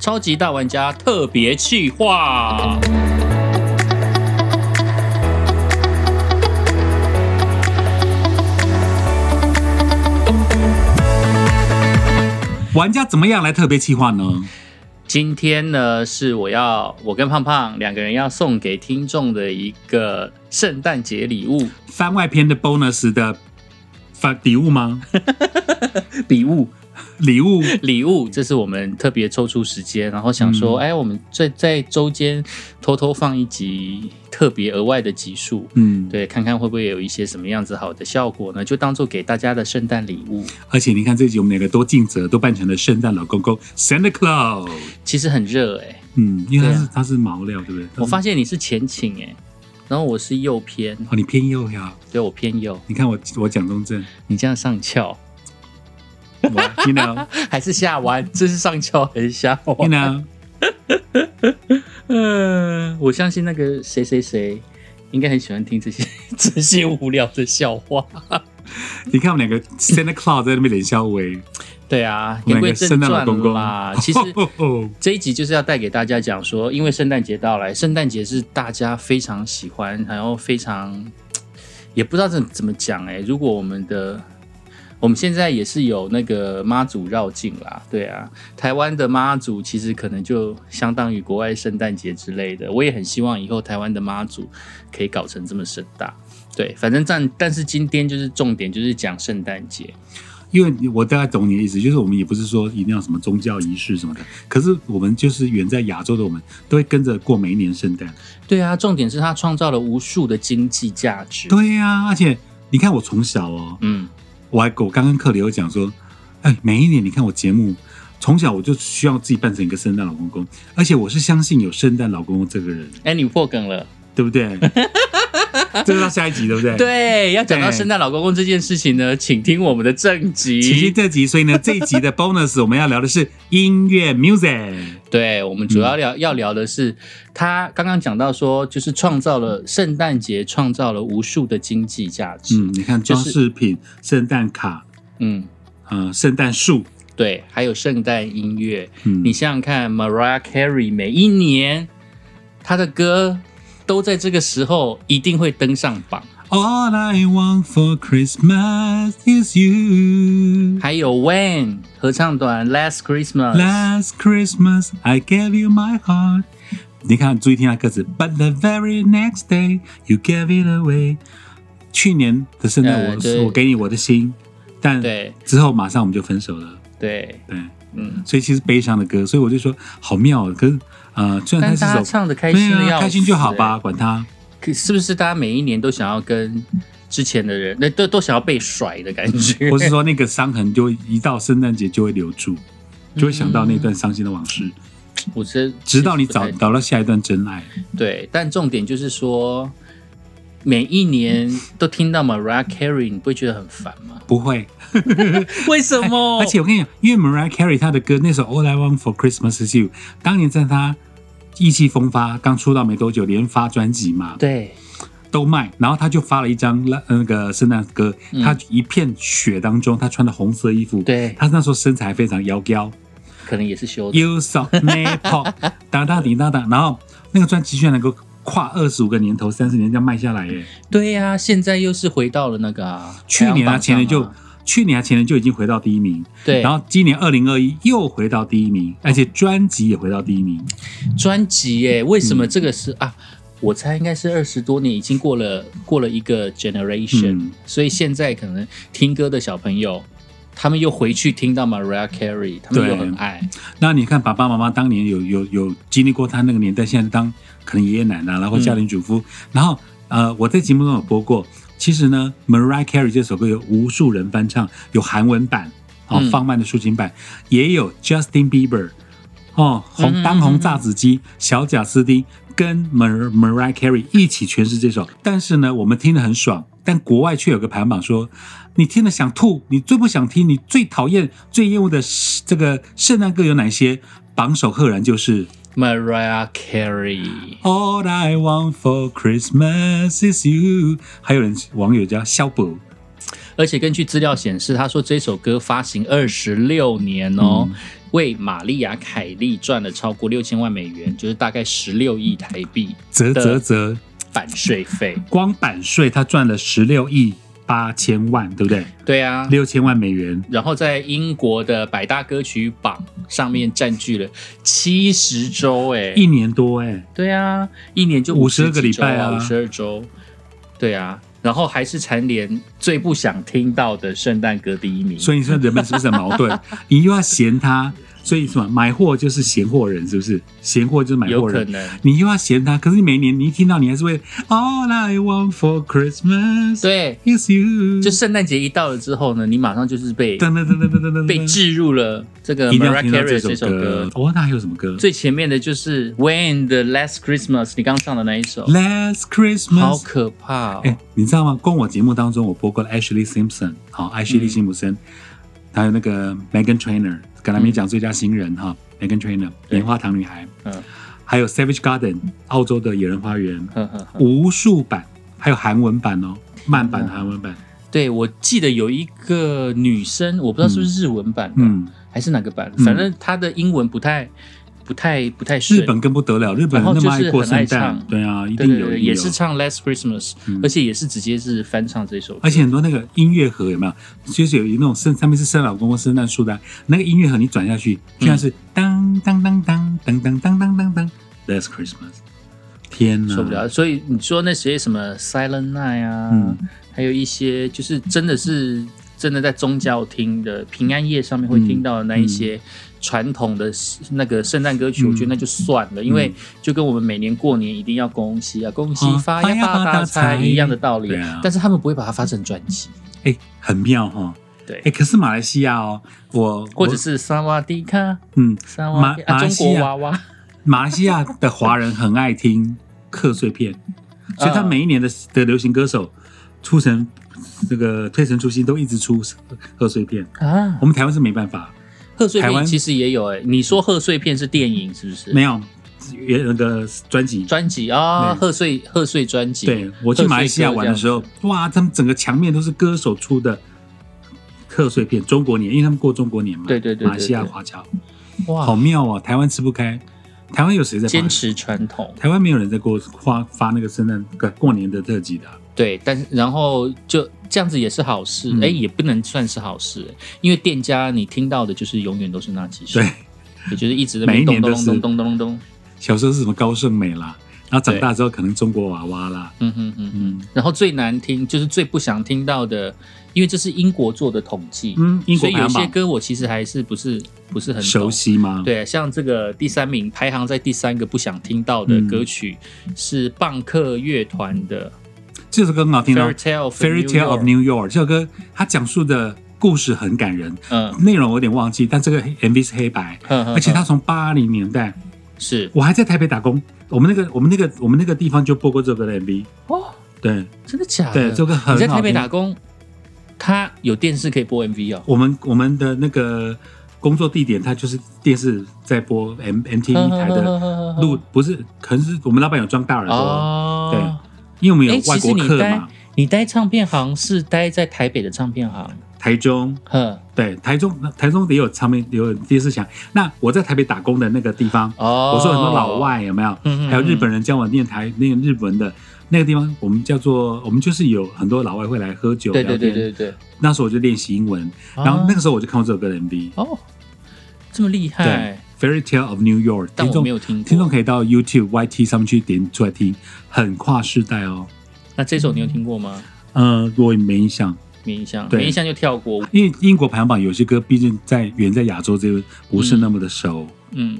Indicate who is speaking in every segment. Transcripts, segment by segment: Speaker 1: 超级大玩家特别企划。
Speaker 2: 玩家怎么样来特别企划呢？
Speaker 1: 今天呢，是我要我跟胖胖两个人要送给听众的一个圣诞节礼物，
Speaker 2: 番外篇的 bonus 的番礼物吗？
Speaker 1: 礼物，
Speaker 2: 礼物
Speaker 1: 礼物，这是我们特别抽出时间，然后想说，哎、我们在在周间偷偷放一集特别额外的集数，
Speaker 2: 嗯，
Speaker 1: 对，看看会不会有一些什么样子好的效果呢？就当做给大家的圣诞礼物。
Speaker 2: 而且你看这集我们两个多尽责，都扮成了圣诞老公公 Santa Claus。
Speaker 1: 其实很热哎、
Speaker 2: 嗯，因为它是、
Speaker 1: 对啊
Speaker 2: 它是毛料，对不对？它是
Speaker 1: 我发现你是前倾哎、然后我是右偏，
Speaker 2: 哦，你偏右呀。
Speaker 1: 对我偏右，
Speaker 2: 你看我我蒋 中正，
Speaker 1: 你这样上翘
Speaker 2: 我 you know
Speaker 1: 还是下弯？这是上 翘还
Speaker 2: 哎
Speaker 1: 是下
Speaker 2: you
Speaker 1: 弯？
Speaker 2: know，
Speaker 1: 嗯、我相信那个谁谁谁应该很喜欢听这些 这些无聊的笑话。
Speaker 2: 你看我们两个 Santa Claus 在那边脸笑微，
Speaker 1: 对啊，
Speaker 2: 我
Speaker 1: 言
Speaker 2: 们两
Speaker 1: 归
Speaker 2: 个
Speaker 1: 正
Speaker 2: 圣诞
Speaker 1: 传
Speaker 2: 老公公
Speaker 1: 啦。其实
Speaker 2: 哦哦
Speaker 1: 这一集就是要带给大家讲说，因为圣诞节到来，圣诞节是大家非常喜欢，然后非常也不知道怎怎么讲哎、如果我们的我们现在也是有那个妈祖绕境啦，对啊，台湾的妈祖其实可能就相当于国外圣诞节之类的。我也很希望以后台湾的妈祖可以搞成这么盛大。对，反正但但是今天就是重点，就是讲圣诞节。
Speaker 2: 因为我大概懂你的意思，就是我们也不是说一定要什么宗教仪式什么的，可是我们就是远在亚洲的我们，都会跟着过每一年圣诞。
Speaker 1: 对啊，重点是它创造了无数的经济价值。，
Speaker 2: 对呀、而且你看我从小哦，
Speaker 1: 嗯。
Speaker 2: 我还我刚跟克里有讲说，哎，每一年你看我节目，从小我就需要自己扮成一个圣诞老公公，而且我是相信有圣诞老公公这个人，
Speaker 1: 哎、你破梗了。
Speaker 2: 对不 对？这个到下一集对不对？。
Speaker 1: 对，要讲到
Speaker 2: 对
Speaker 1: 圣诞老公公这件事情呢，请听我们的正
Speaker 2: 其实
Speaker 1: 集。
Speaker 2: 这集，所以呢，这一集的 bonus 我们要聊的是音乐 music。
Speaker 1: 对，我们主
Speaker 2: 嗯
Speaker 1: 要聊、要聊的是，他刚刚讲到说，就是创造了圣诞节，创造了无数的经济价值。
Speaker 2: 嗯，你看
Speaker 1: 就
Speaker 2: 装
Speaker 1: 是
Speaker 2: 饰品、圣诞卡、
Speaker 1: 嗯
Speaker 2: 呃，圣诞树，
Speaker 1: 对，还有圣诞音乐。
Speaker 2: 嗯，
Speaker 1: 你想想看，Mariah Carey 每一年她的歌都在这个时候一定会登上榜。
Speaker 2: All I want for Christmas is you.
Speaker 1: 还有 When 合唱团 Last Christmas。
Speaker 2: Last Christmas I gave you my heart. 你看，注意听下歌词。But the very next day you gave it away. 去年的圣诞，
Speaker 1: 呃
Speaker 2: 我、
Speaker 1: 对
Speaker 2: 我给你我的心，但
Speaker 1: 对
Speaker 2: 之后马上我们就分手了。
Speaker 1: 对，
Speaker 2: 对，
Speaker 1: 嗯，
Speaker 2: 所以其实悲伤的歌，所以我就说好妙哦。可是呃，虽然
Speaker 1: 但大
Speaker 2: 它是
Speaker 1: 家
Speaker 2: 首
Speaker 1: 唱的开心
Speaker 2: 对
Speaker 1: 的要、
Speaker 2: 啊，开心就好吧，。管它。
Speaker 1: 可是不是大家每一年都想要跟之前的人，那都都想要被甩的感觉？
Speaker 2: 或是说那个伤痕就一到圣诞节就会留住，就会想到那段伤心的往事，
Speaker 1: 嗯我是
Speaker 2: 直到你找
Speaker 1: 不太
Speaker 2: 找到下一段真爱。
Speaker 1: 对，但重点就是说，每一年都听到 Mariah Carey，你不会觉得很烦吗？
Speaker 2: 不会，
Speaker 1: 为什么？
Speaker 2: 而且我跟你讲，因为 Mariah Carey 她的歌那首《All I Want for Christmas Is You》，当年在她意气风发，刚出道没多久，连发专辑嘛
Speaker 1: 对
Speaker 2: 都卖，然后她就发了一张那那个圣诞歌，
Speaker 1: 嗯
Speaker 2: 她一片雪当中，她穿的红色衣服，
Speaker 1: 对，
Speaker 2: 她那时候身材非常窈窕，
Speaker 1: 可能也是修的。
Speaker 2: You saw me pop，哒 哒滴哒哒，然后那个专辑居然能够跨二十五个年头、三十年这样卖下来耶！
Speaker 1: 对呀、现在又是回到了那个啊、
Speaker 2: 去年
Speaker 1: 排行榜上
Speaker 2: 啊，
Speaker 1: 啊，
Speaker 2: 前年就去年啊，前年就已经回到第一名，
Speaker 1: 对，
Speaker 2: 然后今年二零二一又回到第一名，而且专辑也回到第一名。
Speaker 1: 专辑耶，为什么这个是、啊？我猜应该是二十多年，已经过了过了一个 generation，、
Speaker 2: 嗯
Speaker 1: 所以现在可能听歌的小朋友，他们又回去听到 Mariah Carey，他们
Speaker 2: 对
Speaker 1: 又很爱，
Speaker 2: 那你看，爸爸妈妈当年有有有经历过他那个年代，现在当可能爷爷奶奶啦，然后家庭主妇，然后呃，我在节目中有播过，其实呢，Mariah Carey 这首歌有无数人翻唱，有韩文版哦，
Speaker 1: 嗯
Speaker 2: 放慢的抒情版，也有 Justin Bieber
Speaker 1: 嗯
Speaker 2: 哦，红
Speaker 1: 嗯
Speaker 2: 当
Speaker 1: 嗯
Speaker 2: 红
Speaker 1: 嗯
Speaker 2: 炸子鸡小贾斯汀跟 Mar Mariah Carey 一起诠释这首，但是呢，我们听得很爽，但国外却有个排行榜说，你听了想吐，你最不想听，你最讨厌、最厌恶的是这个圣诞歌有哪些？榜首赫然就是
Speaker 1: Mariah Carey，
Speaker 2: All I Want for Christmas Is You，还有人网友叫肖博，
Speaker 1: 而且根据资料显示，他说这首歌发行二十六年哦，为玛丽亚·凯莉赚了超过六千万美元，就是大概十六亿台币
Speaker 2: 啧啧
Speaker 1: 的
Speaker 2: 啧，
Speaker 1: 版税费。
Speaker 2: 光版税他赚了十六亿八千万，对不对？
Speaker 1: 对啊，
Speaker 2: 六千万美元，
Speaker 1: 然后在英国的百大歌曲榜上面占据了七十周，哎，
Speaker 2: 一年多哎、
Speaker 1: 对啊，一年就
Speaker 2: 52
Speaker 1: 几
Speaker 2: 个礼拜啊
Speaker 1: 周啊，五十二周，对啊，然后还是蝉联最不想听到的圣诞歌第一名，
Speaker 2: 所以你说人们是不是很矛 盾？你又要嫌他，所以什么买货就是嫌货人，是不是？嫌货就是买
Speaker 1: 有
Speaker 2: 货
Speaker 1: 可
Speaker 2: 人。
Speaker 1: 能。
Speaker 2: 你又要嫌他，可是你每年你一听到，你还是会 All I want for Christmas
Speaker 1: 对，
Speaker 2: is you，
Speaker 1: 就圣诞节一到了之后呢，你马上就是被
Speaker 2: 噔噔噔噔噔噔噔，
Speaker 1: 被置入了这个
Speaker 2: 一定
Speaker 1: Mariah
Speaker 2: 要听到
Speaker 1: Carey
Speaker 2: 这
Speaker 1: 这首歌
Speaker 2: 歌。。哦，那还有什么歌
Speaker 1: 最前面的就是 When the Last Christmas，你刚唱的那一首，
Speaker 2: ？Last
Speaker 1: 好
Speaker 2: Christmas。
Speaker 1: 可怕哦！
Speaker 2: 哎、你知道吗？光我节目当中，我播过了 Ashley Simpson，好、艾希
Speaker 1: 嗯
Speaker 2: 莉辛普森，还有那个 Megan Trainer，格莱美奖最佳新人哈、m e g a n Trainer，
Speaker 1: 嗯对
Speaker 2: 棉花糖女孩，
Speaker 1: 嗯
Speaker 2: 还有 Savage Garden，澳洲的野人花园，
Speaker 1: 呵呵呵
Speaker 2: 无数版，还有韩文版哦，慢版
Speaker 1: 天哪
Speaker 2: 韩文版，
Speaker 1: 对，我记得有一个女生，我不知道是不是日文版的，
Speaker 2: 嗯，
Speaker 1: 还是哪个版，
Speaker 2: 嗯
Speaker 1: 反正她的英文不太、不太、不太顺。
Speaker 2: 日本更不得了，日本
Speaker 1: 然后
Speaker 2: 那
Speaker 1: 就
Speaker 2: 么
Speaker 1: 是
Speaker 2: 爱过
Speaker 1: 很爱
Speaker 2: 圣诞
Speaker 1: 唱，
Speaker 2: 对啊，一
Speaker 1: 对
Speaker 2: 定
Speaker 1: 对
Speaker 2: 有，
Speaker 1: 对，
Speaker 2: 一定
Speaker 1: 也
Speaker 2: 有
Speaker 1: 是。唱《Last Christmas、
Speaker 2: 嗯
Speaker 1: 而且也是直接是翻唱这首歌。
Speaker 2: 而且很多那个音乐盒有没有？就是有那种圣上面是圣老公公圣诞树的啊那个音乐盒，你转下去，居然是当当当当当当当当当当，That's Christmas！天哪，
Speaker 1: 受不了，所以你说那些什么 Silent Night 啊，
Speaker 2: 嗯
Speaker 1: 还有一些就是真的是真的在宗教听的平安夜上面会听到的那一些传统的那个圣诞歌曲，
Speaker 2: 嗯
Speaker 1: 我觉得那就算了，因为就跟我们每年过年一定要恭喜啊，恭喜
Speaker 2: 哦
Speaker 1: 发
Speaker 2: 发
Speaker 1: 呀
Speaker 2: 呀
Speaker 1: 发
Speaker 2: 发
Speaker 1: 大
Speaker 2: 大
Speaker 1: 财
Speaker 2: 财
Speaker 1: 一样的道理
Speaker 2: 对啊，
Speaker 1: 但是他们不会把它发成专辑，
Speaker 2: 哎，很妙哈。
Speaker 1: 对
Speaker 2: 哎，可是马来西亚哦，我
Speaker 1: 或者
Speaker 2: 我
Speaker 1: 是萨瓦迪卡、
Speaker 2: 嗯，
Speaker 1: 萨瓦迪啊
Speaker 2: 马马来
Speaker 1: 中
Speaker 2: 西亚
Speaker 1: 国娃娃，
Speaker 2: 马来西亚的华人很爱听贺岁片，所以他每一年的的流行歌手出成这个推陈出新，都一直出贺岁片。
Speaker 1: 啊
Speaker 2: 我，们台湾是没办法，
Speaker 1: 贺岁
Speaker 2: 台湾
Speaker 1: 片其实也有哎、你说贺岁片是电影是不是？
Speaker 2: 没有原那个专辑。
Speaker 1: 专辑啊，
Speaker 2: 对
Speaker 1: 贺岁贺岁专辑。
Speaker 2: 对我去马来西亚玩的时
Speaker 1: 贺
Speaker 2: 候
Speaker 1: 岁歌，
Speaker 2: 哇，他们整个墙面都是歌手出的贺岁片，中国年，因为他们过中国年嘛。
Speaker 1: 对对对对
Speaker 2: 马来西亚华侨，
Speaker 1: 这样
Speaker 2: 好
Speaker 1: 子，哇，
Speaker 2: 妙哦！台湾吃不开，台湾有谁在发
Speaker 1: 坚？持传统。
Speaker 2: 台湾没有人在过发发那个圣诞过过年的特辑的啊、
Speaker 1: 对，但是然后就这样子也是好事，
Speaker 2: 嗯
Speaker 1: 哎、也不能算是好事，哎因为店家你听到的就是永远都是那几首，
Speaker 2: 对，
Speaker 1: 也就是一直在
Speaker 2: 每一
Speaker 1: 咚
Speaker 2: 年
Speaker 1: 咚
Speaker 2: 都
Speaker 1: 咚
Speaker 2: 是
Speaker 1: 咚咚咚咚，
Speaker 2: 小时候是什么高胜美啦，然后长大之后可能中国娃娃啦，
Speaker 1: 嗯哼哼哼。
Speaker 2: 嗯
Speaker 1: 然后最难听就是最不想听到的，因为这是英国做的统计，
Speaker 2: 嗯，英
Speaker 1: 所
Speaker 2: 国
Speaker 1: 以
Speaker 2: 排
Speaker 1: 有
Speaker 2: 行
Speaker 1: 些
Speaker 2: 榜
Speaker 1: 歌我其实还是不是不是很懂
Speaker 2: 熟悉吗？，
Speaker 1: 对，像这个第三名排行在第三个不想听到的
Speaker 2: 嗯
Speaker 1: 歌曲、是棒克乐团的
Speaker 2: 这首歌很好
Speaker 1: 《
Speaker 2: 听哦
Speaker 1: Fairy，Tale
Speaker 2: 《
Speaker 1: of
Speaker 2: Fairy Tale of
Speaker 1: York
Speaker 2: New York》这首歌，它讲述的故事很感人，
Speaker 1: 嗯，
Speaker 2: 内容我有点忘记，但这个 MV 是黑白，
Speaker 1: 呵呵呵
Speaker 2: 而且它从八零年代，
Speaker 1: 是
Speaker 2: 我还在台北打工，我们那个我们那个我们那个地方就播过这个的 MV，
Speaker 1: 哦，
Speaker 2: 对
Speaker 1: 真的假的？
Speaker 2: 对，这个很好听。
Speaker 1: 你在台北打工，他有电视可以播 MV 哦。
Speaker 2: 我们我们的那个工作地点，它就是电视在播 M M T V 台的录，不是，可能是我们老板有装大耳朵，
Speaker 1: 哦，
Speaker 2: 因为我们有
Speaker 1: 诶
Speaker 2: 外
Speaker 1: 其实
Speaker 2: 国
Speaker 1: 你
Speaker 2: 客
Speaker 1: 待
Speaker 2: 嘛，
Speaker 1: 你待唱片行是待在台北的唱片行，
Speaker 2: 台中
Speaker 1: 呵
Speaker 2: 对台中台中也有唱片也有电视墙。那我在台北打工的那个地方，
Speaker 1: 哦，
Speaker 2: 我说很多老，外有没有？
Speaker 1: 嗯嗯
Speaker 2: 还有日本人教我念台念日文的那个地方，我们叫做我们就是有很多老外会来喝酒
Speaker 1: 对
Speaker 2: 聊
Speaker 1: 对对
Speaker 2: 天。
Speaker 1: 对哦对，
Speaker 2: 那时候我就练习英文，然后那个时候我就看过这首歌的 MV，
Speaker 1: 哦，这么厉
Speaker 2: 对
Speaker 1: 害，
Speaker 2: 《Fairy Tale of New York》，
Speaker 1: 但
Speaker 2: 听
Speaker 1: 我
Speaker 2: 众
Speaker 1: 没有听过。
Speaker 2: 听众可以到 YouTube、YT 上面去点出来听，很跨世代哦。
Speaker 1: 那这首你有听过吗？
Speaker 2: 呃，我也没印象，
Speaker 1: 没印象，
Speaker 2: 对
Speaker 1: 没印象就跳过。
Speaker 2: 因为英国排行榜有些歌毕竟在远在亚洲这边不是那么的熟，
Speaker 1: 嗯，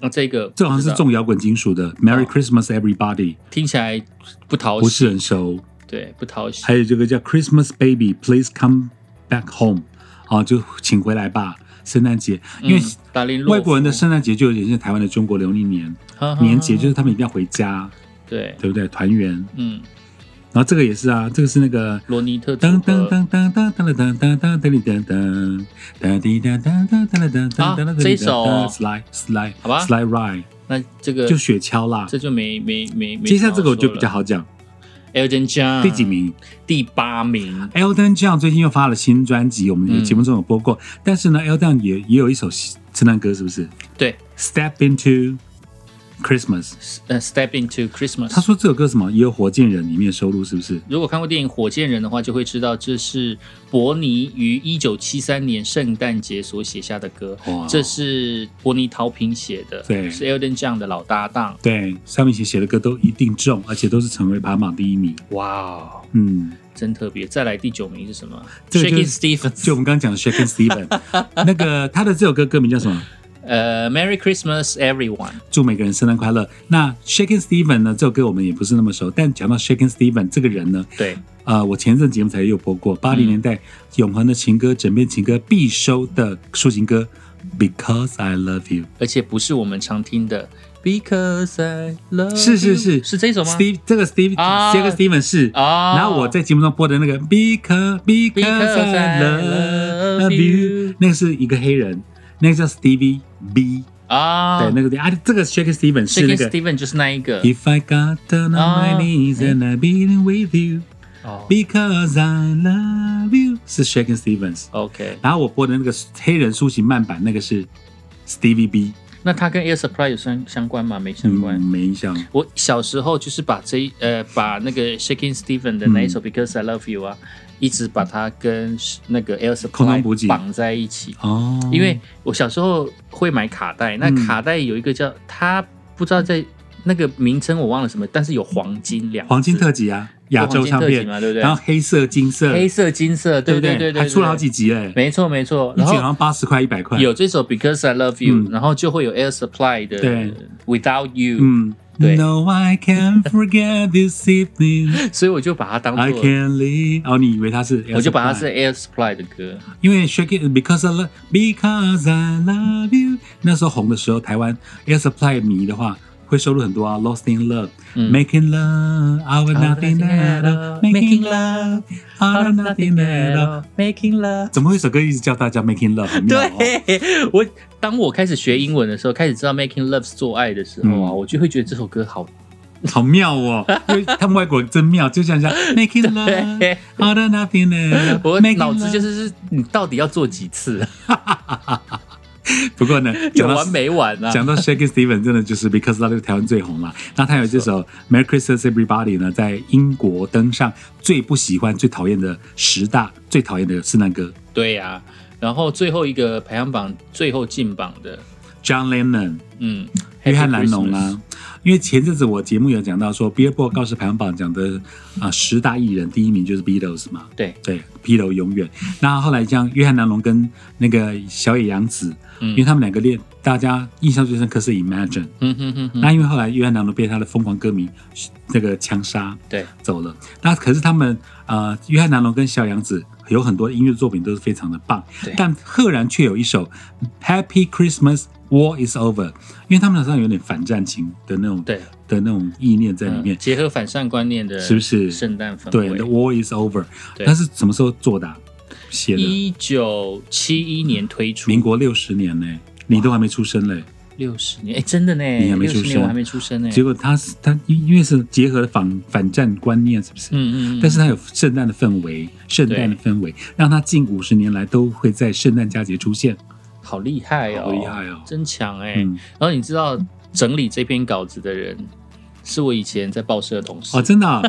Speaker 1: 那这个
Speaker 2: 这好像
Speaker 1: 不知
Speaker 2: 是
Speaker 1: 道
Speaker 2: 重摇滚金属的《Merry Christmas Everybody》
Speaker 1: 听起来不讨
Speaker 2: 不
Speaker 1: 喜，
Speaker 2: 是很熟，
Speaker 1: 对，不讨喜。
Speaker 2: 还有这个叫《Christmas Baby Please Come Back Home》啊，就请回来吧，圣诞节，因为
Speaker 1: 嗯达林洛夫
Speaker 2: 外国人的圣诞节就有点像台湾的中国农历年
Speaker 1: 哈哈哈
Speaker 2: 年节，就是他们一定要回家，
Speaker 1: 对，
Speaker 2: 对不对？团圆，
Speaker 1: 嗯，
Speaker 2: 然后这个也是啊，这个是那个
Speaker 1: 罗尼特
Speaker 2: 噔
Speaker 1: 组
Speaker 2: 噔
Speaker 1: 合
Speaker 2: 噔噔噔噔噔噔噔噔噔噔哒滴哒哒哒哒哒哒哒哒，slide slide slide ride
Speaker 1: 那这个
Speaker 2: 就雪橇啦。
Speaker 1: 这就没没没没。
Speaker 2: 接下来这个我就比较
Speaker 1: 好。
Speaker 2: 好讲，
Speaker 1: 哎、 Elton John
Speaker 2: 第几？名
Speaker 1: 第八名。
Speaker 2: ？Elton John 最近又发了新专辑，我们有
Speaker 1: 嗯
Speaker 2: 节目中有播过。但是呢，Elton 也也有一首圣诞歌，是不是
Speaker 1: 对，
Speaker 2: ？Step into Christmas。
Speaker 1: 呃，Step into
Speaker 2: 他
Speaker 1: Christmas。
Speaker 2: 说这首歌什么也有《火箭人》里面收录，是不是？
Speaker 1: 如果看过电影《火箭人》的话，就会知道这是伯尼于一九七三年圣诞节所写下的歌
Speaker 2: 哇。
Speaker 1: 这是伯尼陶平写的，
Speaker 2: 对
Speaker 1: 是 Elton John 的老搭档。
Speaker 2: 对，上面写写的歌都一定中，而且都是成为排行榜第一名。
Speaker 1: 哇哦，
Speaker 2: 嗯，
Speaker 1: 真特别！再来第九名是什么
Speaker 2: 这个就
Speaker 1: ？Shaking
Speaker 2: 是
Speaker 1: Stevens，
Speaker 2: 就我们刚刚讲的 Shakin' Steven，那个他的这首歌歌名叫什么？
Speaker 1: 呃，Merry Christmas Everyone。
Speaker 2: 祝每个人圣诞快乐。那 Shakin' Steven 呢？这首歌我们也不是那么熟，但讲到 Shakin' Steven 这个人呢，
Speaker 1: 对，
Speaker 2: 呃，我前一阵节目才有播过，八零年代永恒的情歌，枕边情歌必收的抒情歌，Because I Love You。
Speaker 1: 而且不是我们常听的 Because I Love，You
Speaker 2: 是是是
Speaker 1: 是这首吗
Speaker 2: Steve 这个 Steve
Speaker 1: 啊
Speaker 2: Shakin' Steven 是
Speaker 1: 啊
Speaker 2: 然后我在节目中播的那个 Because Because I
Speaker 1: I
Speaker 2: Love
Speaker 1: love
Speaker 2: You，
Speaker 1: you
Speaker 2: 那个是一个黑人，那个叫 Stevie B，
Speaker 1: 啊，
Speaker 2: 对，那个啊，这个 Shakin' Steven 是
Speaker 1: Shaking
Speaker 2: 那个
Speaker 1: Steven 就是那一个
Speaker 2: If I got down on my
Speaker 1: 啊
Speaker 2: knees and I been with you
Speaker 1: 哦
Speaker 2: because I love you，是 Shakin' Stevens。
Speaker 1: ，OK，
Speaker 2: 然后我播的那个黑人抒情慢版那个是 Stevie B，
Speaker 1: 那它跟 Air Supply 有相相关吗？没相关
Speaker 2: 嗯，。没印象。
Speaker 1: 我小时候就是把这一呃把那个 Shaking Steven 的那
Speaker 2: 嗯
Speaker 1: 一首 Because I Love You 啊，一直把它跟那个 Air
Speaker 2: 空中补给
Speaker 1: Supply 绑在一起。
Speaker 2: 哦，
Speaker 1: 因为我小时候会买卡带，那
Speaker 2: 嗯
Speaker 1: 卡带有一个叫它不知道在那个名称我忘了什么，但是有黄金两个字
Speaker 2: 黄金特辑啊，亚洲唱
Speaker 1: 黄金特辑
Speaker 2: 片，
Speaker 1: 嘛，对不对？
Speaker 2: 然后黑色、金色，
Speaker 1: 黑色、金色，
Speaker 2: 对
Speaker 1: 对对
Speaker 2: 对
Speaker 1: 对对，
Speaker 2: 还出了好几集哎，
Speaker 1: 对，没错没错。
Speaker 2: 一
Speaker 1: 然
Speaker 2: 集好
Speaker 1: 后
Speaker 2: 像八十块、一百块。
Speaker 1: 有这首 Because I Love You，、
Speaker 2: 嗯
Speaker 1: 然后就会有 Air Supply 的
Speaker 2: 对
Speaker 1: Without You，、
Speaker 2: 嗯，
Speaker 1: 对
Speaker 2: No, I can't forget this evening.
Speaker 1: 所以我就把它当
Speaker 2: I
Speaker 1: 做，
Speaker 2: can't leave. 哦，你以为他是？
Speaker 1: 我就把它是 Air Supply 的歌。
Speaker 2: 因为 Shake It Because I Love Because I Love You 那时候红的时候，台湾 Air Supply 迷的话，会收录很多啊，Lost in Love、
Speaker 1: 嗯
Speaker 2: Making Love Out of Nothing at all, Making Love Out of Nothing at all。
Speaker 1: making love。
Speaker 2: 怎么会有首歌一直叫大家 Making Love？很妙哦
Speaker 1: 对 我，当我开始学英文的时候，开始知道 making love 是做爱的时候啊，
Speaker 2: 嗯
Speaker 1: 我就会觉得这首歌 好。
Speaker 2: 好妙哦！因为他们外国人真妙，就 像像 making love
Speaker 1: 对
Speaker 2: out of nothing 呢。
Speaker 1: 我
Speaker 2: making
Speaker 1: 脑子就
Speaker 2: love
Speaker 1: 是是，你到底要做几次，
Speaker 2: 不过呢，
Speaker 1: 有
Speaker 2: 讲到
Speaker 1: 完没完啊？
Speaker 2: 讲到 Shakin' Steven，真的就是 Because Love 是台湾最红嘛。那他有这首 Merry Christmas Everybody 呢，在英国登上最不喜欢、最讨厌的十大最讨厌的圣诞歌。
Speaker 1: 对呀、然后最后一个排行榜最后进榜的，
Speaker 2: John Lennon、
Speaker 1: 嗯，
Speaker 2: 约翰·兰农啊啦、
Speaker 1: 啦、
Speaker 2: 因为前阵子我节目有讲到说，Billboard 告示排行榜讲的啊、十大艺人，第一名就是 Beatles 嘛。
Speaker 1: 对，
Speaker 2: 对，披头永远。那后来像约翰·南龙跟那个小野洋子，
Speaker 1: 嗯
Speaker 2: 因为他们两个练，大家印象最深刻是 Imagine、
Speaker 1: 嗯哼哼哼，
Speaker 2: 那因为后来约翰·南龙被他的疯狂歌迷那个枪杀
Speaker 1: 对，
Speaker 2: 走了。那可是他们呃，约翰·南龙跟小野洋子有很多音乐作品都是非常的棒
Speaker 1: 对，
Speaker 2: 但赫然却有一首《Happy Christmas War Is Over》，因为他们好像有点反战情的那种
Speaker 1: 对
Speaker 2: 的那种意念在里面
Speaker 1: 嗯。结合反善观念的，
Speaker 2: 是不是
Speaker 1: 圣诞氛
Speaker 2: 对，《The
Speaker 1: 围？
Speaker 2: War Is Over》，
Speaker 1: 对
Speaker 2: 那是什么时候做的啊、写的？
Speaker 1: 一九七一年推出，
Speaker 2: 民国六十年呢、你都还没出生嘞、
Speaker 1: 六十年，哎，真的呢，
Speaker 2: 你还没
Speaker 1: 六
Speaker 2: 出
Speaker 1: 十
Speaker 2: 生
Speaker 1: 年我还没出生呢。
Speaker 2: 结果他是他因为是结合了反反战观念，是不是？
Speaker 1: 嗯嗯嗯，
Speaker 2: 但是他有圣诞的氛围，圣诞的氛围让他近五十年来都会在圣诞佳节出现。
Speaker 1: 好厉害哦，
Speaker 2: 好厉害哦
Speaker 1: 真强哎。
Speaker 2: 嗯，
Speaker 1: 然后你知道整理这篇稿子的人是我以前在报社的同事
Speaker 2: 哦，，真的 啊、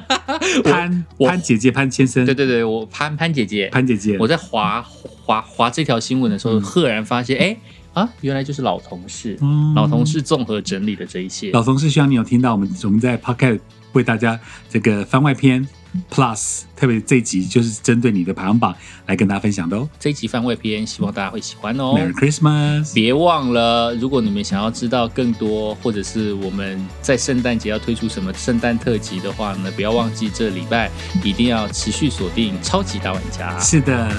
Speaker 2: 潘
Speaker 1: 我
Speaker 2: 潘姐姐潘先生，
Speaker 1: 对对对，我潘潘姐姐，
Speaker 2: 潘姐姐，
Speaker 1: 我在划划划这条新闻的时候，赫然发现，哎啊，原来就是老同事，
Speaker 2: 嗯
Speaker 1: 老同事综合整理的这一切。
Speaker 2: 老同事，希望你有听到我们我们在 Podcast 为大家这个番外篇 Plus，特别这一集就是针对你的排行榜来跟大家分享的哦。
Speaker 1: 这一集番外篇，希望大家会喜欢哦。
Speaker 2: Merry Christmas。
Speaker 1: 别忘了，如果你们想要知道更多，或者是我们在圣诞节要推出什么圣诞特辑的话呢，不要忘记这礼拜一定要持续锁定《超级大玩家》。
Speaker 2: 是的。